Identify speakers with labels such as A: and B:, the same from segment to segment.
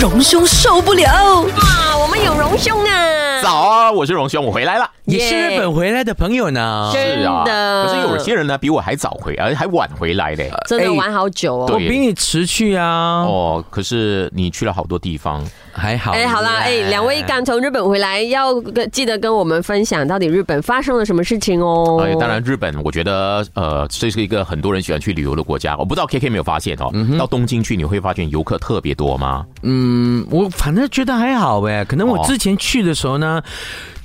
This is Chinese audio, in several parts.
A: 荣兄受不了。
B: 哇，我们有荣兄啊！
C: 早，我是荣兄，我回来了。
D: 也是日本回来的朋友呢。
B: 真
C: 是啊，
B: 的
C: 可是有些人呢比我还早回，而还晚回来嘞。
B: 真
D: 哎
B: 的玩好久哦。
D: 我
C: 对
D: 比你迟去
B: 嗯
D: 啊，
C: 哦，可是你去了好多地方，
D: 还好。
B: 哎，好啦，哎，两位刚从日本回来，要跟记得跟我们分享到底日本发生了什么事情哦。
C: 哎，当然日本，我觉得呃，这是一个很多人喜欢去旅游的国家。我不知道 K K 没有发现哦，
B: 嗯
C: 到东京去你会发现游客特别多吗？
D: 嗯，我反正觉得还好哎，可能我
C: 哦
D: 之前去的时候呢，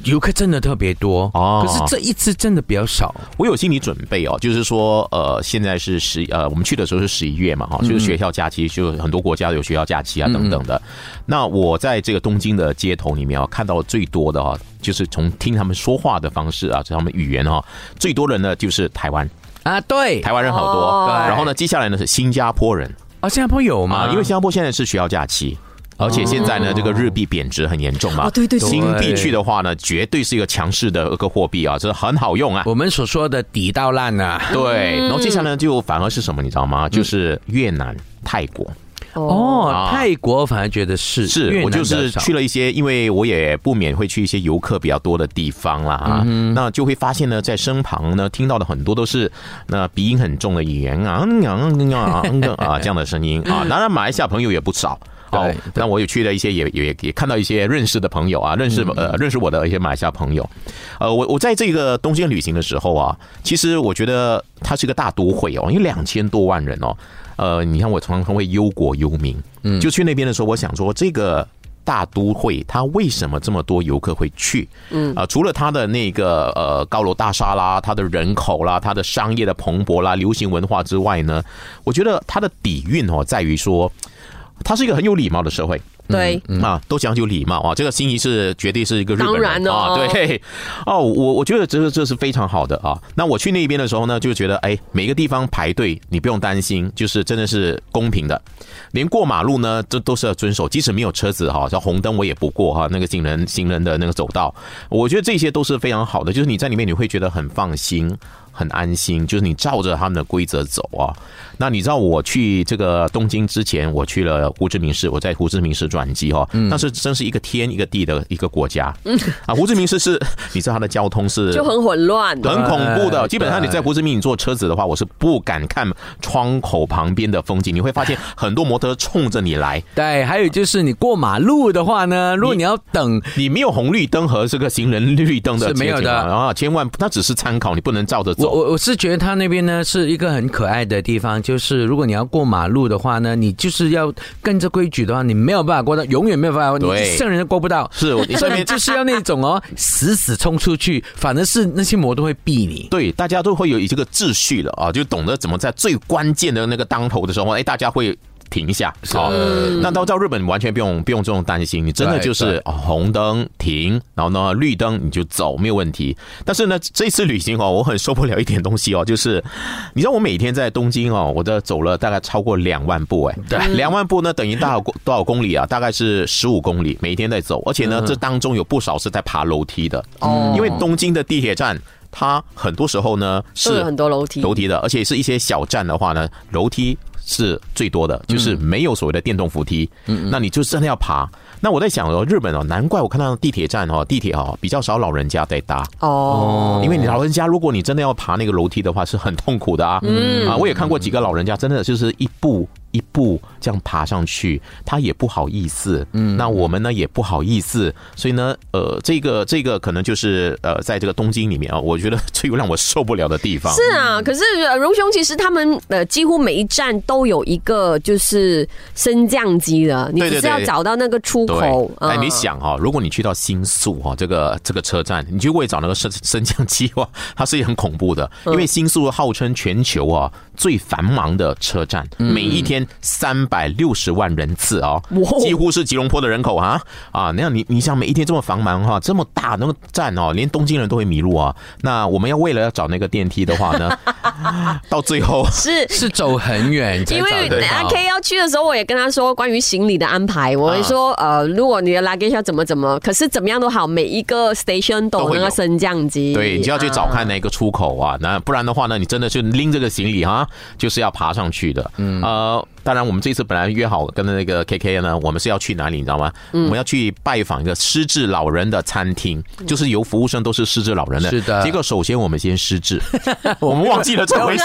D: 游客真的特别多
C: 哦
D: 可是这一次真的比较少。
C: 我有心理准备哦，就是说，呃，现在是十呃，我们去的时候是十一月嘛，
A: 嗯
C: 哈、就是学校假期，就很多国家有学校假期啊，等等的。
A: 嗯
C: 那我在这个东京的街头里面啊，看到最多的哈、就是从听他们说话的方式啊，就是他们语言哈、最多人呢就是台湾，
D: 啊，对，
C: 台湾人好多。
B: 哦
D: 对
C: 然后呢，接下来呢是新加坡人
D: 哦，新加坡有
C: 啊
D: 吗？，
C: 因为新加坡现在是学校假期。而且现在呢，这个日币贬值很严重嘛，
A: 哦对对对
C: 新币去的话呢，绝对是一个强势的一个货币啊，这很好用啊。
D: 我们所说的底到烂啊。
C: 对，然后接下来就反而是什么，你知道吗？就是越南、泰国。
D: 哦
C: 啊，
D: 泰国反而觉得是
C: 是我就是去
D: 了。
C: 了一些，因为我也不免会去一些游客比较多的地方啦啊，那就会发现呢，在身旁呢听到的很多都是那鼻音很重的语言啊嗯啊嗯啊嗯啊 啊这样的声音啊，当然马来西亚朋友也不少。哦
D: 对，
C: 那我也去了一些，也也也看到一些认识的朋友啊，认
D: 嗯
C: 识呃认识我的一些马来西亚朋友，呃，我我在这个东京旅行的时候啊，其实我觉得它是一个大都会哦，因为两千多万人哦，呃，你看我常常会忧国忧民，嗯，就去那边的时候，我想说这个。大都会，它为什么这么多游客会去？嗯啊、除了它的那个呃高楼大厦啦，它的人口啦，它的商业的蓬勃啦，流行文化之外呢，我觉得它的底蕴哦，在于说，它是一个很有礼貌的社会。
B: 对，
C: 啊，都讲究礼貌啊，这个心仪是绝对是一个日本人
B: 嗯当然
C: 啊，
B: 哦
C: 对， 哦，我我觉得这个这是非常好的啊。那我去那边的时候呢，就觉得哎，每个地方排队你不用担心，就是真的是公平的，连过马路呢这都是要遵守，即使没有车子哈，像红灯我也不过哈，那个行人行人的那个走道，我觉得这些都是非常好的，就是你在里面你会觉得很放心。很安心，就是你照着他们的规则走啊。那你知道我去这个东京之前，我去了胡志明市，我在胡志明市转机哦，
D: 嗯
C: 那是真是一个天一个地的一个国 家。啊，胡志明市是，你知道它的交通是
B: 就很混乱。
C: 很恐怖的。
D: 对
C: 基本上你在胡志明你坐车子的话，我是不敢看窗口旁边的风景，你会发现很多摩托冲着你来，
D: 对，还有就是你过马路的话呢，如果你要等，
C: 你没有红绿灯和这个行人绿灯的
D: 是没有的
C: 街景啊，然后千万它只是参考，你不能照着
D: 我
C: 走。
D: 我我是觉得他那边呢是一个很可爱的地方，就是如果你要过马路的话呢，你就是要跟着规矩的话，你没有办法过到，永远没有办法，
C: 对
D: 你圣人都过不到。
C: 是我你
D: 所
C: 这
D: 以 你
C: 边
D: 就是要那 种哦，死死冲出去，反而是那些魔都会避你。
C: 对，大家都会有这个秩序了啊，就懂得怎么在最关键的那个当头的时候，哎，大家会停一下。好、那到到日本完全不用不用这种担心，你真的
D: 对
C: 就是
D: 对
C: 哦红灯停，然后呢绿灯你就走，没有问题。但是呢，这次旅行哦，我很受不了一点东西哦，就是你知道我每天在东京哦，我这走了大概超过两万步哎，对，两万步呢等于大概多少公里啊？大概是十五公里，每天在走，而且呢，这当中有不少是在爬楼梯的，哦，因为东京的地铁站。它很多时候呢
B: 都
C: 是
B: 有很多楼梯，
C: 楼梯的，而且是一些小站的话呢，楼梯是最多的，就是没有所谓的电动扶梯。嗯，那你就真的要爬。那我在想哦，日本哦，难怪我看到地铁站哦，地铁哦比较少老人家在搭，
B: 哦，
C: 因为你老人家如果你真的要爬那个楼梯的话，是很痛苦的啊。嗯，啊，我也看过几个老人家，真的就是一步。一步这样爬上去，他也不好意思，嗯，那我们呢也不好意思，所以呢，呃，这个这个可能就是呃，在这个东京里面啊，我觉得 最让我受不了的地方
B: 是啊。可是呃荣兄其实他们呃几乎每一站都有一个就是升降机的，你
C: 对
B: 只
C: 对
B: 是要
C: 对
B: 找到那个出
C: 对，
B: 口。
C: 哎，
B: 嗯
C: 你想哦，如果你去到新宿哦，这个这个车站，你去为找那个升升降机哇， 它是很恐怖的，
B: 嗯
C: 因为新宿号称全球啊最繁忙的车站，
B: 嗯
C: 每一天三百六十万人次哦，几乎是吉隆坡的人口啊啊，那样你你想每一天这么繁忙哈、哦这么大那个站哦，连东京人都会迷路啊。那我们要为了要找那个电梯的 话呢，到最后
B: 是。
D: 是走很远才
B: 因
D: 找
B: 为
D: 得
B: 阿
C: 啊
D: 到。
B: K 要去的时候，我也跟他说关于行李的安排。我会说，呃，如果你的 luggage 要怎么怎么，可是怎么样都好，每一个 station 都
C: 都
B: 有
C: 会
B: 那
C: 有
B: 个升降机。
C: 对，你就要去找
B: 啊
C: 看那个出口啊，那不然的话呢，你真的是拎这个行李啊，就是要爬上去的。嗯，呃，当然，我们这次本来约好跟那个 KK 呢，我们是要去哪里，你知道吗？我们要去拜访一个失智老人的餐厅，就是由服务生都是失智老人的。
D: 是的
C: 结果首先我们先失智， 我们忘记了这回事，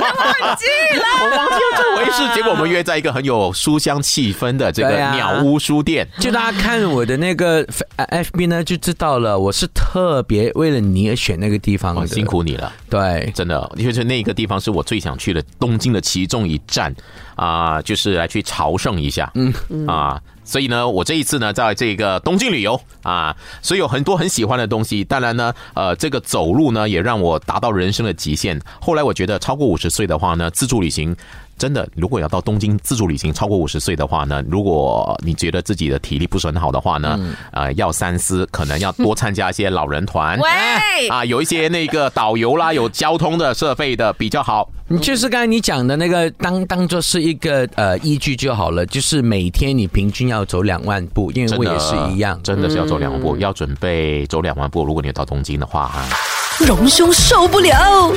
B: 忘记了。
C: 我忘记了这回事。结果我们约在一个很有书香气氛的这个
D: 对啊
C: 鸟屋书店。
D: 就大家看我的那个 F- 呃 FB 呢，就知道了，我是特别为了你而选那个地方的。
C: 哦辛。苦你了，
D: 对，
C: 真的，因为是那个地方是我最想去的东京的其中一站啊、就是来去朝圣一下，嗯啊、所以呢，我这一次呢，在这个东京旅游啊、所以有很多很喜欢的东西。当然呢，呃，这个走路呢，也让我达到人生的极限。后来我觉得，超过五十岁的话呢，自助旅行。真的，如果要到东京自助旅行，超过五十岁的话呢，如果你觉得自己的体力不是很好的话呢，呃，要三思，可能要多参加一些老人团。
A: 喂，
C: 啊，有一些那个导游啦，有交通的设备的比较好。
D: 你嗯就是刚才你讲的那个，当当做是一个呃依据就好了，就是每天你平均要走两万步，因为
C: 真
D: 我
C: 的
D: 也是一样。嗯
C: 真的是要走两万步，要准备走两万步。如果你要到东京的话啊。
A: 隆兄受不了。